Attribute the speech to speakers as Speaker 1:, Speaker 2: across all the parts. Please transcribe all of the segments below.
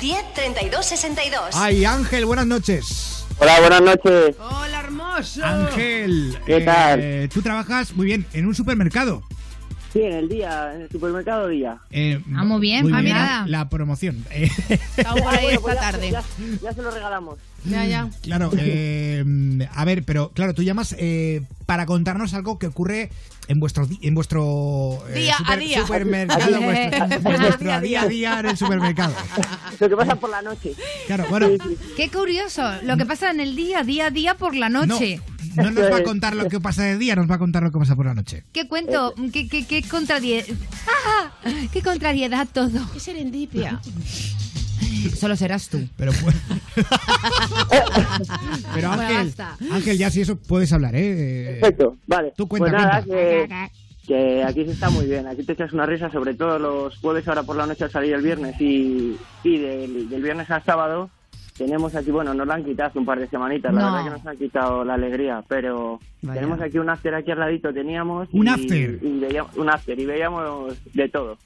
Speaker 1: 10 32 62.
Speaker 2: Ay, Ángel, buenas noches.
Speaker 3: Hola, buenas noches.
Speaker 4: Hola, hermoso.
Speaker 2: Ángel,
Speaker 3: ¿Qué tal?
Speaker 2: eh, tú trabajas muy bien en un supermercado.
Speaker 3: Sí, en el día, en el supermercado día.
Speaker 2: Eh,
Speaker 5: Ah, muy bien, ah,
Speaker 2: la-
Speaker 5: mira.
Speaker 2: La, promoción. Eh,
Speaker 4: Está por ahí
Speaker 3: Bueno,
Speaker 4: esta
Speaker 3: pues ya-
Speaker 4: tarde.
Speaker 3: Ya, ya se lo regalamos.
Speaker 4: Ya, ya.
Speaker 2: claro, eh, a ver, pero claro, tú llamas eh, para contarnos algo que ocurre en vuestro di- en vuestro eh,
Speaker 4: Día a día.
Speaker 2: supermercado,
Speaker 5: Así es.
Speaker 2: vuestro, en vuestro día a día en el supermercado.
Speaker 3: Lo que pasa por la noche.
Speaker 2: Claro, bueno,
Speaker 5: Qué curioso, lo que pasa en el día, día a día por la noche.
Speaker 2: no, no nos va a contar lo que pasa de día, nos va a contar lo que pasa por la noche.
Speaker 5: ¿Qué cuento?
Speaker 3: Eh,
Speaker 5: ¿Qué, qué, qué, contrarie- ¡Ah! ¿Qué contrariedad todo?
Speaker 4: Qué serendipia.
Speaker 5: Solo serás tú.
Speaker 2: Pero pues- Pero
Speaker 4: Bueno,
Speaker 2: Ángel,
Speaker 4: basta.
Speaker 2: Ángel, ya si eso puedes hablar, ¿eh? Eh,
Speaker 3: Perfecto, vale.
Speaker 2: Tú cuenta,
Speaker 3: pues nada,
Speaker 2: cuenta.
Speaker 3: Que, que aquí se está muy bien. Aquí te echas una risa, sobre todo los jueves ahora por la noche al salir el viernes y, y del, del viernes al sábado. Tenemos aquí, bueno, nos la han quitado hace un par de semanitas, la
Speaker 5: No.
Speaker 3: verdad que nos han quitado la alegría, pero
Speaker 4: Vaya.
Speaker 3: tenemos aquí un after aquí al ladito, teníamos.
Speaker 2: Un
Speaker 3: y-
Speaker 2: after.
Speaker 3: Y veíamos, un after, y veíamos de todo.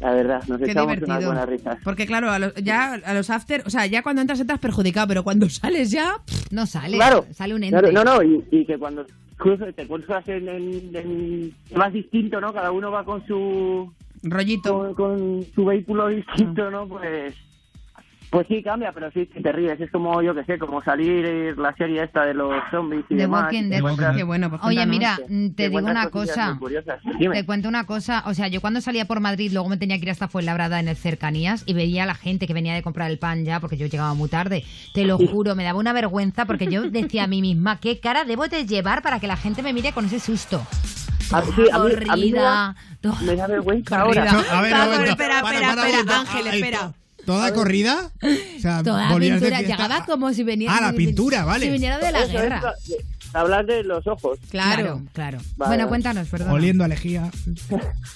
Speaker 3: La verdad, nos
Speaker 4: Qué
Speaker 3: echamos unas
Speaker 4: divertido.
Speaker 3: buenas risas.
Speaker 4: Porque claro, a los, ya a los after, o sea, ya cuando entras entras perjudicado, pero cuando sales ya, pff,
Speaker 5: No sale,
Speaker 3: Claro.
Speaker 5: sale un ente.
Speaker 3: Claro, no, no, y, y que cuando cruzas- te cruzas en, en- en- vas distinto, ¿no? Cada uno va con su
Speaker 4: rollito.
Speaker 3: con, con su vehículo distinto, ¿no? Pues pues sí cambia, pero sí sí te ríes, es como yo que sé, como salir la serie esta de los zombies y
Speaker 5: The
Speaker 3: demás.
Speaker 5: Walking
Speaker 3: y te
Speaker 5: Dead.
Speaker 3: encuentras-
Speaker 4: Qué bueno, pues
Speaker 5: Oye,
Speaker 4: cuéntanos.
Speaker 5: mira, mm, te digo
Speaker 3: encuentras
Speaker 5: una
Speaker 3: cosillas
Speaker 5: cosa.
Speaker 3: muy curiosas. Dime.
Speaker 5: Te cuento una cosa, o sea, yo cuando salía por Madrid, luego me tenía que ir hasta Fuenlabrada en el cercanías y veía a la gente que venía de comprar el pan ya, porque yo llegaba muy tarde. Te lo juro, me daba una vergüenza porque yo decía a mí misma, ¿qué cara debo de llevar para que la gente me mire con ese susto?
Speaker 3: A- Ah, sí, a mí- a mí me da-
Speaker 5: Corrida, todo-
Speaker 3: me da vergüenza
Speaker 4: Corrida.
Speaker 3: ahora.
Speaker 2: No, Eh, a ver,
Speaker 4: Para,
Speaker 2: un momento.
Speaker 4: espera,
Speaker 2: Para,
Speaker 4: espera,
Speaker 2: para,
Speaker 4: espera,
Speaker 2: aguanta.
Speaker 4: Ángel,
Speaker 2: Ay,
Speaker 4: espera.
Speaker 2: ¿Toda corrida? O sea,
Speaker 5: Toda
Speaker 2: Ah, volvías de
Speaker 5: aventura
Speaker 2: fiesta-
Speaker 5: llegaba como si veniera
Speaker 2: Ah, la pintura, vale.
Speaker 5: Si viniera de la
Speaker 3: Eso,
Speaker 5: guerra.
Speaker 3: eso, de- hablar de los ojos.
Speaker 4: Claro.
Speaker 5: claro. claro.
Speaker 3: Vale,
Speaker 5: bueno,
Speaker 3: vale.
Speaker 5: cuéntanos, perdón.
Speaker 2: Oliendo a lejía.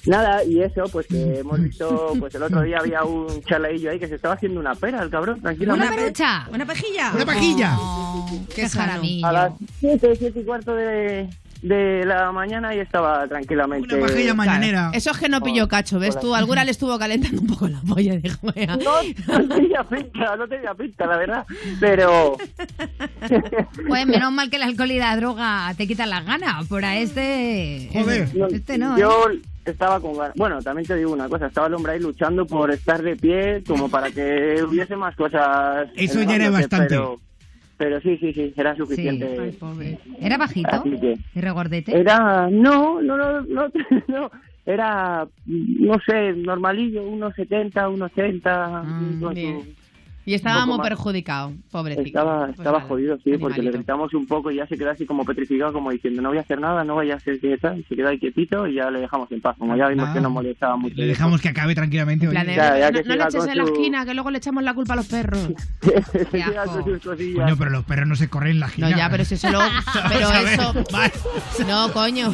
Speaker 3: Nada, y eso, pues que hemos visto, pues el otro día había un chaleillo ahí que se estaba haciendo una pera, el cabrón, tranquilamente.
Speaker 5: Una perucha.
Speaker 4: Una pejilla.
Speaker 2: ¡Una pajilla!
Speaker 5: Oh,
Speaker 4: Qué
Speaker 5: qué
Speaker 4: sano.
Speaker 5: jaramillo.
Speaker 3: A las 7, 7 y cuarto de, de la mañana y estaba tranquilamente.
Speaker 2: Una pajilla
Speaker 4: Claro.
Speaker 2: mañanera.
Speaker 4: Eso es que no pilló cacho, ¿ves
Speaker 3: Oh, Hola.
Speaker 4: tú? Alguna le estuvo calentando un poco la polla, dijo, "Vea".
Speaker 3: No, no tenía pinta, no tenía pinta, la verdad. Pero.
Speaker 5: Pues menos mal que el alcohol y la droga te quitan las ganas. Por a este.
Speaker 2: Joder.
Speaker 5: eh, Este no. ¿eh?
Speaker 3: Yo estaba con ganas. Bueno, también te digo una cosa: estaba el hombre ahí luchando por estar de pie, como para que hubiese más cosas.
Speaker 2: Eso
Speaker 3: en
Speaker 2: ya era
Speaker 3: el ambiente,
Speaker 2: bastante.
Speaker 3: Pero, pero sí, sí, sí, era suficiente.
Speaker 4: Ay, pobre.
Speaker 5: Era bajito.
Speaker 3: Así que-
Speaker 5: Y regordete.
Speaker 3: Era, no, no, no, no, no. era, no sé, normalillo, unos 70, unos 80.
Speaker 5: Mm,
Speaker 3: con su-
Speaker 4: bien. Y
Speaker 3: Un
Speaker 4: estábamos
Speaker 3: poco más.
Speaker 4: perjudicados, pobrecito.
Speaker 3: estaba
Speaker 4: Pues
Speaker 3: estaba
Speaker 4: nada,
Speaker 3: jodido, sí, porque le
Speaker 4: animalito.
Speaker 3: gritamos un poco y ya se quedó así como petrificado, como diciendo, no voy a hacer nada, no voy a hacer que tal. y Se quedó ahí quietito y ya le dejamos en paz, como ya vimos
Speaker 2: Ah.
Speaker 3: que nos molestaba mucho.
Speaker 2: Le dejamos que acabe tranquilamente.
Speaker 4: En plan de,
Speaker 2: oye.
Speaker 3: Ya, ya que
Speaker 4: no, no le
Speaker 3: siga
Speaker 4: eches
Speaker 3: con
Speaker 4: en la
Speaker 3: su-
Speaker 4: esquina, que luego le echamos la culpa a los perros.
Speaker 3: Se
Speaker 5: Qué
Speaker 3: queda con
Speaker 5: asco.
Speaker 3: sus cosillas.
Speaker 2: Coño, pero los perros no se corren la
Speaker 4: No,
Speaker 2: gira.
Speaker 4: ya, pero si eso luego... Pero
Speaker 2: Vamos a ver,
Speaker 4: eso...
Speaker 2: vale.
Speaker 4: No, coño.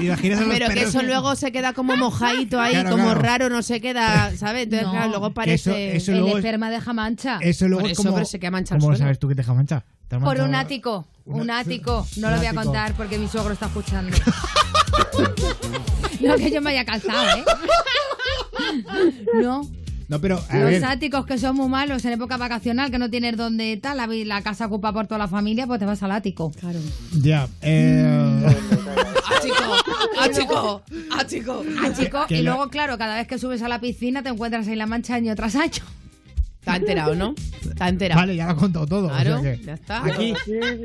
Speaker 2: Imaginas a los
Speaker 4: Pero que
Speaker 2: perros-
Speaker 4: eso luego se queda como mojadito ahí,
Speaker 2: Claro,
Speaker 4: como
Speaker 2: claro.
Speaker 4: raro, no se queda, ¿sabes? Entonces,
Speaker 5: No.
Speaker 4: claro, luego
Speaker 2: Que eso-
Speaker 4: parece...
Speaker 2: eso
Speaker 5: El
Speaker 2: luego es-
Speaker 5: esperma deja mancha.
Speaker 2: Eso luego
Speaker 4: Por
Speaker 2: es
Speaker 4: eso,
Speaker 2: como...
Speaker 4: pero se queda mancha el
Speaker 2: ¿Cómo
Speaker 4: suelo.
Speaker 2: sabes tú que te deja mancha? Te has
Speaker 5: Por
Speaker 2: manchado-
Speaker 5: un ático. Un
Speaker 2: Una-
Speaker 5: ático. No
Speaker 2: un
Speaker 5: lo voy a
Speaker 2: ático.
Speaker 5: contar porque mi suegro está escuchando. no que yo me haya calzado, ¿eh? No.
Speaker 2: No, pero a
Speaker 5: Los
Speaker 2: ver,
Speaker 5: áticos que son muy malos en época vacacional, que no tienes donde tal, la, vi- la casa ocupa por toda la familia, pues te vas al ático.
Speaker 4: Claro.
Speaker 2: ya.
Speaker 4: Mm.
Speaker 2: Eh...
Speaker 4: ¡Ah, chico! ¡Ah, chico! ¡Ah, chico!
Speaker 5: Ah, chico,
Speaker 2: Que
Speaker 5: y
Speaker 2: la-
Speaker 5: luego, claro, cada vez que subes a la piscina te encuentras ahí la mancha año tras año.
Speaker 4: Está enterado, ¿no? Está enterado.
Speaker 2: Vale, ya lo ha contado todo. o
Speaker 4: Claro,
Speaker 2: sea que-
Speaker 4: ya está.
Speaker 2: Aquí,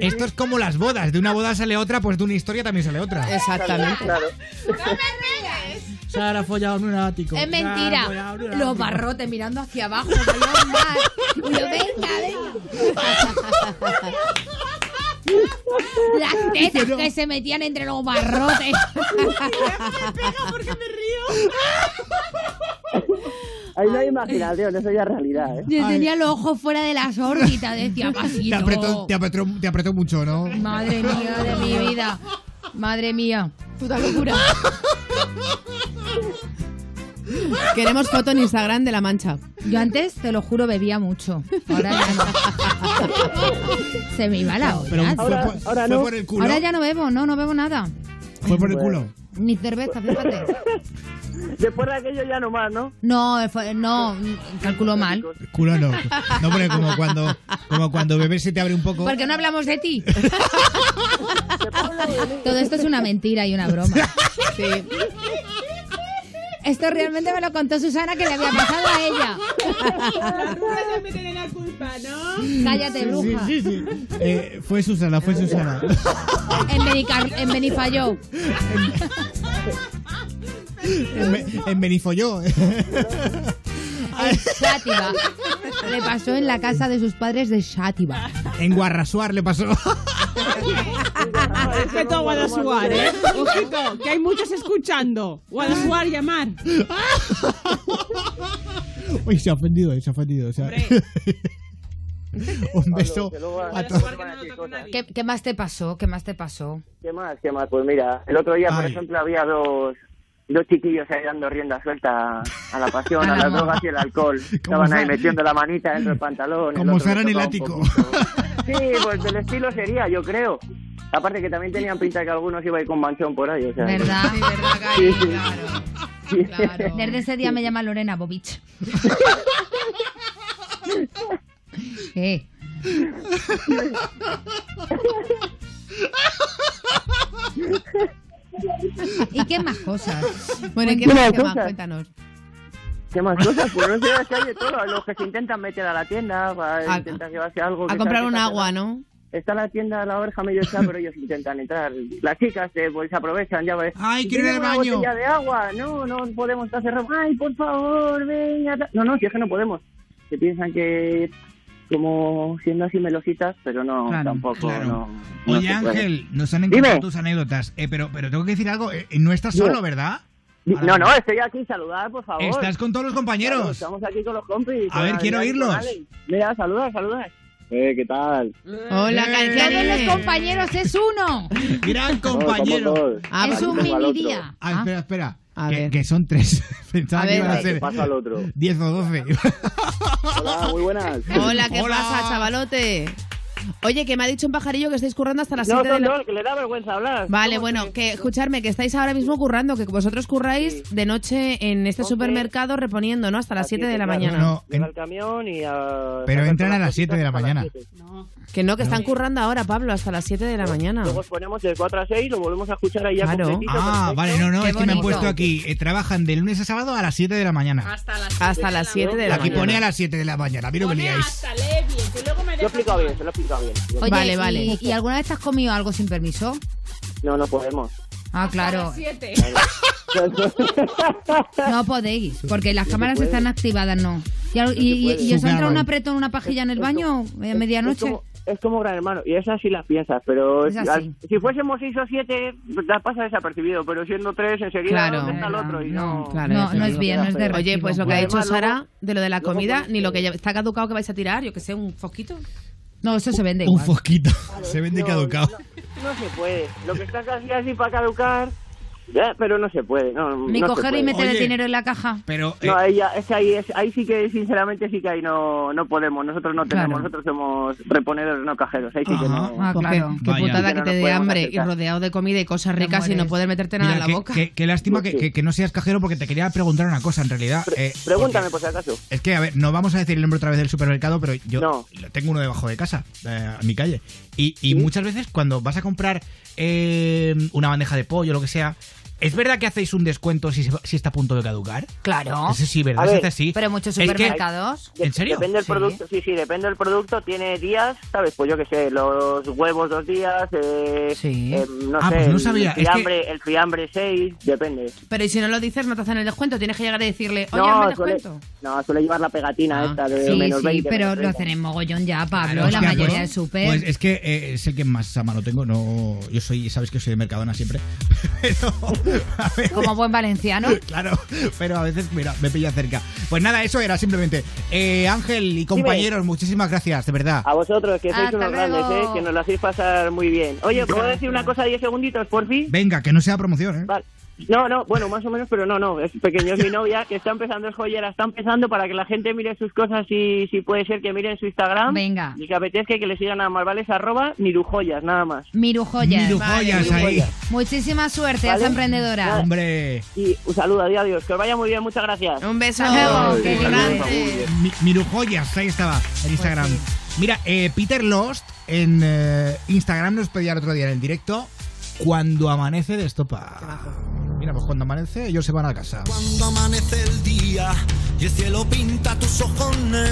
Speaker 2: esto es como las bodas. De una boda sale otra, pues de una historia también sale otra.
Speaker 4: Exactamente.
Speaker 3: Claro.
Speaker 2: Sara ha follado en un ático.
Speaker 5: Es mentira. Los barrotes mirando hacia abajo, Dios más. Y yo, venga, venga. Las tetas que se metían entre los barrotes.
Speaker 3: Ahí no hay imaginación, eso ya es realidad, ¿eh?
Speaker 5: Yo
Speaker 2: Ay.
Speaker 5: tenía los ojos fuera de las órbitas, decía,
Speaker 2: Te
Speaker 5: pasito.
Speaker 2: apretó, te, apretó, te apretó mucho, ¿no?
Speaker 5: Madre mía de mi vida. Madre mía.
Speaker 4: Puta locura. Queremos foto en Instagram de la mancha.
Speaker 5: Yo antes, te lo juro, bebía mucho. Ahora ya no. Se me iba la
Speaker 2: Pero
Speaker 5: olla.
Speaker 2: fue,
Speaker 3: Ahora-
Speaker 2: por,
Speaker 3: ahora
Speaker 2: fue
Speaker 3: no.
Speaker 2: por el culo.
Speaker 5: Ahora ya no bebo, no, no bebo nada.
Speaker 2: Fue por el
Speaker 3: Bueno.
Speaker 2: culo.
Speaker 5: Ni cerveza, fíjate.
Speaker 3: Después de aquello ya no más, ¿no?
Speaker 5: No, fue- no, calculó mal.
Speaker 2: Culo no. No, hombre, como cuando, como cuando bebés se te abre un poco.
Speaker 5: Porque no hablamos de ti. Todo esto es una mentira y una broma. Esto realmente me lo contó Susana que le había pasado a ella.
Speaker 4: me tiene la culpa, ¿no?
Speaker 5: Cállate,
Speaker 2: Sí,
Speaker 5: bruja.
Speaker 2: sí, sí. Eh, fue Susana, fue Susana.
Speaker 5: En, Benicar en Benifayó.
Speaker 2: En, Be- en Benifolló.
Speaker 5: En Sátiva. Le pasó en la casa de sus padres de Sátiva.
Speaker 2: En Guarrasuar le pasó.
Speaker 6: Respeto a Guadasuar, ¿eh? Ojito, que hay muchos escuchando. Guadasuar, llamar.
Speaker 2: Uy, se ha ofendido, eh, se ha ofendido. o sea. Un beso
Speaker 3: que luego
Speaker 2: a
Speaker 3: a-
Speaker 2: todos.
Speaker 5: ¿Qué, qué más te pasó? ¿Qué más te pasó?
Speaker 3: ¿Qué más? ¿Qué más? Pues mira, el otro día, por
Speaker 2: Ay.
Speaker 3: ejemplo, había dos, dos chiquillos ahí dando rienda suelta a la pasión, a las drogas y el alcohol. Estaban ahí
Speaker 2: sa-
Speaker 3: metiendo la manita dentro del pantalón. el
Speaker 2: Como
Speaker 3: otro
Speaker 2: Sara en
Speaker 3: le
Speaker 2: el
Speaker 3: tocaba un
Speaker 2: ático.
Speaker 3: poquito. Sí, pues del estilo sería, yo creo. Aparte que también tenían pinta que algunos iba a ir con manchón por ahí, o sea...
Speaker 5: ¿Verdad?
Speaker 4: Sí, verdad, Cari, claro. Claro.
Speaker 5: Desde ese día me llama Lorena Bobich. ¿Qué? ¿Y qué más cosas?
Speaker 4: Bueno, ¿y ¿qué
Speaker 3: Una
Speaker 4: más? ¿Qué más?
Speaker 3: cosa.
Speaker 4: Cuéntanos.
Speaker 3: ¿Qué más cosas? Pues no sé, es que hay de todo. Los que se intentan meter a la tienda,
Speaker 4: A-
Speaker 3: a, intentan llevarse algo...
Speaker 4: A
Speaker 3: que
Speaker 4: comprar
Speaker 3: tal, que
Speaker 4: un
Speaker 3: tal, que
Speaker 4: agua,
Speaker 3: tal.
Speaker 4: ¿no?
Speaker 3: Está la tienda a la oreja medio está, pero ellos intentan entrar. Las chicas eh, pues se aprovechan, ya ves.
Speaker 2: Ay, quiero ir
Speaker 3: Tiene
Speaker 2: al
Speaker 3: una
Speaker 2: baño.
Speaker 3: botella de agua. No, no podemos estar cerrados. Ay, por favor, venga. ta- No, no, si es que no podemos. Se piensan que como siendo así melositas, pero no,
Speaker 2: Claro,
Speaker 3: tampoco.
Speaker 2: claro.
Speaker 3: No, no
Speaker 2: Oye,
Speaker 3: se puede.
Speaker 2: Ángel, nos han encontrado
Speaker 3: Dime.
Speaker 2: tus anécdotas. Eh, pero, pero tengo que decir algo. eh, no estás
Speaker 3: Dime.
Speaker 2: solo, ¿verdad?
Speaker 3: Di- No, no, estoy aquí, saludar, por favor.
Speaker 2: Estás con todos los
Speaker 3: Claro,
Speaker 2: compañeros.
Speaker 3: Estamos aquí con los compis.
Speaker 2: A ver,
Speaker 3: con
Speaker 2: quiero
Speaker 3: Adrián y con
Speaker 2: oírlos.
Speaker 3: Alex. Mira, saluda, saluda. Eh, ¿qué tal?
Speaker 4: Hola,
Speaker 2: Eh.
Speaker 4: Cari,
Speaker 5: Todos los
Speaker 4: Cari.
Speaker 5: compañeros es uno.
Speaker 2: Gran compañero.
Speaker 4: Ah,
Speaker 5: es
Speaker 4: vale.
Speaker 5: un mini día.
Speaker 2: Ah, espera, espera.
Speaker 4: A
Speaker 2: que,
Speaker 4: ver.
Speaker 2: que son tres. Pensaba
Speaker 4: A
Speaker 2: que
Speaker 4: ver,
Speaker 2: iban a
Speaker 4: eh,
Speaker 2: ser
Speaker 3: al otro.
Speaker 2: 10 o 12.
Speaker 3: Hola, muy buenas.
Speaker 4: Hola, ¿qué
Speaker 2: Hola.
Speaker 4: pasa, chavalote? Oye, que me ha dicho un pajarillo que estáis currando hasta las
Speaker 3: No,
Speaker 4: 7 de
Speaker 3: son
Speaker 4: la
Speaker 3: dos, que le da vergüenza hablar.
Speaker 4: Vale, bueno, que escucharme, que estáis ahora mismo currando, que vosotros curráis de noche en este
Speaker 3: Hombre.
Speaker 4: supermercado reponiendo, ¿no? Hasta las
Speaker 3: Así
Speaker 4: 7 de
Speaker 3: es,
Speaker 4: la
Speaker 3: claro.
Speaker 4: mañana.
Speaker 2: No,
Speaker 3: Llega
Speaker 2: en-
Speaker 3: el camión y a...
Speaker 2: Pero
Speaker 3: sacar
Speaker 2: entran
Speaker 3: todas
Speaker 2: a las
Speaker 3: las
Speaker 2: siete de la
Speaker 3: cositas
Speaker 2: mañana.
Speaker 3: hasta las siete.
Speaker 4: Que no, que están currando ahora, Pablo, hasta las 7 de la mañana.
Speaker 3: Luego os ponemos de 4 a 6, lo volvemos a escuchar ahí ya
Speaker 4: Claro.
Speaker 3: completito.
Speaker 2: Ah,
Speaker 3: perfecto.
Speaker 2: vale, no, no,
Speaker 5: Qué
Speaker 2: es que me han
Speaker 5: bonito.
Speaker 2: puesto aquí. eh, trabajan de lunes a sábado a las 7 de la mañana.
Speaker 4: Hasta las 7 de la
Speaker 2: Aquí pone a
Speaker 4: mañana.
Speaker 2: las 7 de la mañana. A mí no me liáis.
Speaker 3: Lo he explicado bien, se lo he explicado bien. Yo-
Speaker 5: Oye,
Speaker 4: Vale,
Speaker 5: ¿y-
Speaker 4: vale.
Speaker 5: ¿y, alguna vez te has comido algo sin permiso?
Speaker 3: No, no podemos.
Speaker 5: Ah, claro.
Speaker 3: Claro.
Speaker 5: No podéis, porque las cámaras están activadas, no. ¿Y, al- y- y- y
Speaker 2: puede.
Speaker 5: os ha entrado
Speaker 2: Claro.
Speaker 5: un apretón, una pajilla en el baño
Speaker 4: eh,
Speaker 5: a
Speaker 3: Es
Speaker 5: medianoche?
Speaker 3: como, es como gran hermano, y esas sí las piensas, pero
Speaker 5: Es
Speaker 3: si-
Speaker 5: así.
Speaker 3: al- si fuésemos 6 o 7, las pasa desapercibido, pero siendo 3 enseguida,
Speaker 4: Claro.
Speaker 3: ¿dónde está el otro? Y no,
Speaker 5: no,
Speaker 4: claro,
Speaker 5: no,
Speaker 4: ya te
Speaker 5: no es
Speaker 4: digo.
Speaker 5: bien, no es de
Speaker 4: Oye,
Speaker 5: recibo.
Speaker 4: pues lo que ha dicho
Speaker 3: Además, luego-
Speaker 4: Sara de lo de la
Speaker 3: luego pues
Speaker 4: comida,
Speaker 3: ponéis
Speaker 4: ni lo
Speaker 3: que-
Speaker 4: que ya- está caducado que vais a tirar, yo que sé, un foquito.
Speaker 5: No, eso se vende
Speaker 2: Un
Speaker 5: igual.
Speaker 2: fosquito. Se vende
Speaker 3: no,
Speaker 2: caducado.
Speaker 3: No, no se puede. Lo que está casi así para caducar, eh, pero no se puede. No,
Speaker 5: Ni
Speaker 3: no se
Speaker 5: coger y
Speaker 3: puede.
Speaker 5: meter el
Speaker 2: Oye.
Speaker 5: dinero en la caja.
Speaker 2: Pero eh,
Speaker 3: No, ahí, ya- es que ahí, es- ahí sí que, sinceramente, sí que ahí no, no podemos. Nosotros no tenemos,
Speaker 5: Claro.
Speaker 3: nosotros somos reponedores, no cajeros. Ahí sí que
Speaker 2: Ajá.
Speaker 3: no.
Speaker 5: Ah,
Speaker 4: Porque
Speaker 5: claro.
Speaker 4: Pues Qué
Speaker 2: Vaya.
Speaker 4: putada
Speaker 3: Pero
Speaker 4: que
Speaker 3: no
Speaker 4: te dé
Speaker 3: podemos
Speaker 4: hambre y
Speaker 3: acercar.
Speaker 4: rodeado de comida y cosas
Speaker 5: Te
Speaker 4: ricas y no
Speaker 5: mueres.
Speaker 4: poder meterte nada
Speaker 2: mira,
Speaker 4: en la
Speaker 2: qué-
Speaker 4: boca.
Speaker 2: qué- qué lástima que,
Speaker 3: Sí.
Speaker 2: que- que no seas cajero porque te quería preguntar una cosa en realidad. eh,
Speaker 3: Pregúntame, por si acaso.
Speaker 2: Es que, a ver, no vamos a decir el nombre otra vez del supermercado, pero yo
Speaker 3: No.
Speaker 2: lo tengo uno debajo de casa, eh, a mi calle. Y, y muchas veces cuando vas a comprar eh, una bandeja de pollo, lo que sea, ¿es verdad que hacéis un descuento si, se va- si está a punto de caducar?
Speaker 5: Claro.
Speaker 2: Eso sí, ¿verdad?
Speaker 3: A
Speaker 2: Se
Speaker 3: ver,
Speaker 2: hace así.
Speaker 5: Pero en
Speaker 2: Es
Speaker 5: muchos
Speaker 2: que-
Speaker 5: supermercados.
Speaker 2: ¿En serio?
Speaker 3: Depende del
Speaker 5: Sí.
Speaker 3: producto, sí, sí, depende del producto. Tiene días, ¿sabes? Pues yo qué sé, los huevos dos días, eh,
Speaker 5: Sí.
Speaker 3: eh, no
Speaker 2: Ah,
Speaker 3: sé,
Speaker 2: pues no
Speaker 3: el-
Speaker 2: sabía, es
Speaker 3: El
Speaker 2: que-
Speaker 3: fiambre, el fiambre seis, depende.
Speaker 4: Pero y si no lo dices, no te hacen el descuento, tienes que llegar y decirle, oye, hazme
Speaker 3: no,
Speaker 4: el
Speaker 3: suele,
Speaker 4: descuento.
Speaker 3: no, suele llevar la pegatina
Speaker 4: Ah,
Speaker 3: esta de
Speaker 5: Sí,
Speaker 3: menos
Speaker 5: sí,
Speaker 3: 20.
Speaker 5: pero
Speaker 3: menos
Speaker 5: lo
Speaker 3: 30.
Speaker 5: hacen en mogollón ya, Pablo,
Speaker 2: Claro,
Speaker 5: en la
Speaker 2: hostia,
Speaker 5: mayoría
Speaker 2: yo-
Speaker 5: del super.
Speaker 2: Pues es que eh, es el que más a mano tengo. No, yo soy, sabes que soy de Mercadona siempre. Pero, a ver,
Speaker 5: Como buen valenciano.
Speaker 2: Claro, pero a veces, mira, me pilla cerca. Pues nada, eso era simplemente. Eh, Ángel y compañeros, muchísimas gracias, de verdad.
Speaker 3: A vosotros, que sois
Speaker 5: Hasta
Speaker 3: unos
Speaker 5: luego.
Speaker 3: grandes, ¿eh? que nos lo hacéis pasar muy bien. Oye, ¿puedo decir una cosa 10 segunditos, por fin?
Speaker 2: Venga, que no sea promoción, ¿eh?
Speaker 3: Vale. No, no, bueno, más o menos, pero no, no, es pequeño, es mi novia que está empezando, es joyera, está empezando para que la gente mire sus cosas y si puede ser que miren su Instagram.
Speaker 5: Venga.
Speaker 3: Y que apetezca y que le sigan nada más, ¿vale? Es arroba nirujoyas, nada más.
Speaker 5: Miru Joyas.
Speaker 2: Miru joyas ahí.
Speaker 5: Muchísima suerte a
Speaker 3: ¿Vale?
Speaker 5: esa emprendedora.
Speaker 2: Hombre.
Speaker 3: Y un saludo, adiós, adiós, que os vaya muy bien, muchas gracias.
Speaker 4: Un beso.
Speaker 5: Hasta luego, qué
Speaker 4: grande.
Speaker 2: Mi- Mirujoyas, ahí estaba, en Instagram. Mira, eh, Peter Lost en eh, Instagram nos pedía el otro día en el directo cuando amanece de estopa. Mira, pues cuando amanece ellos se van a casa.
Speaker 7: Cuando amanece el día y el cielo pinta tus ojos negros.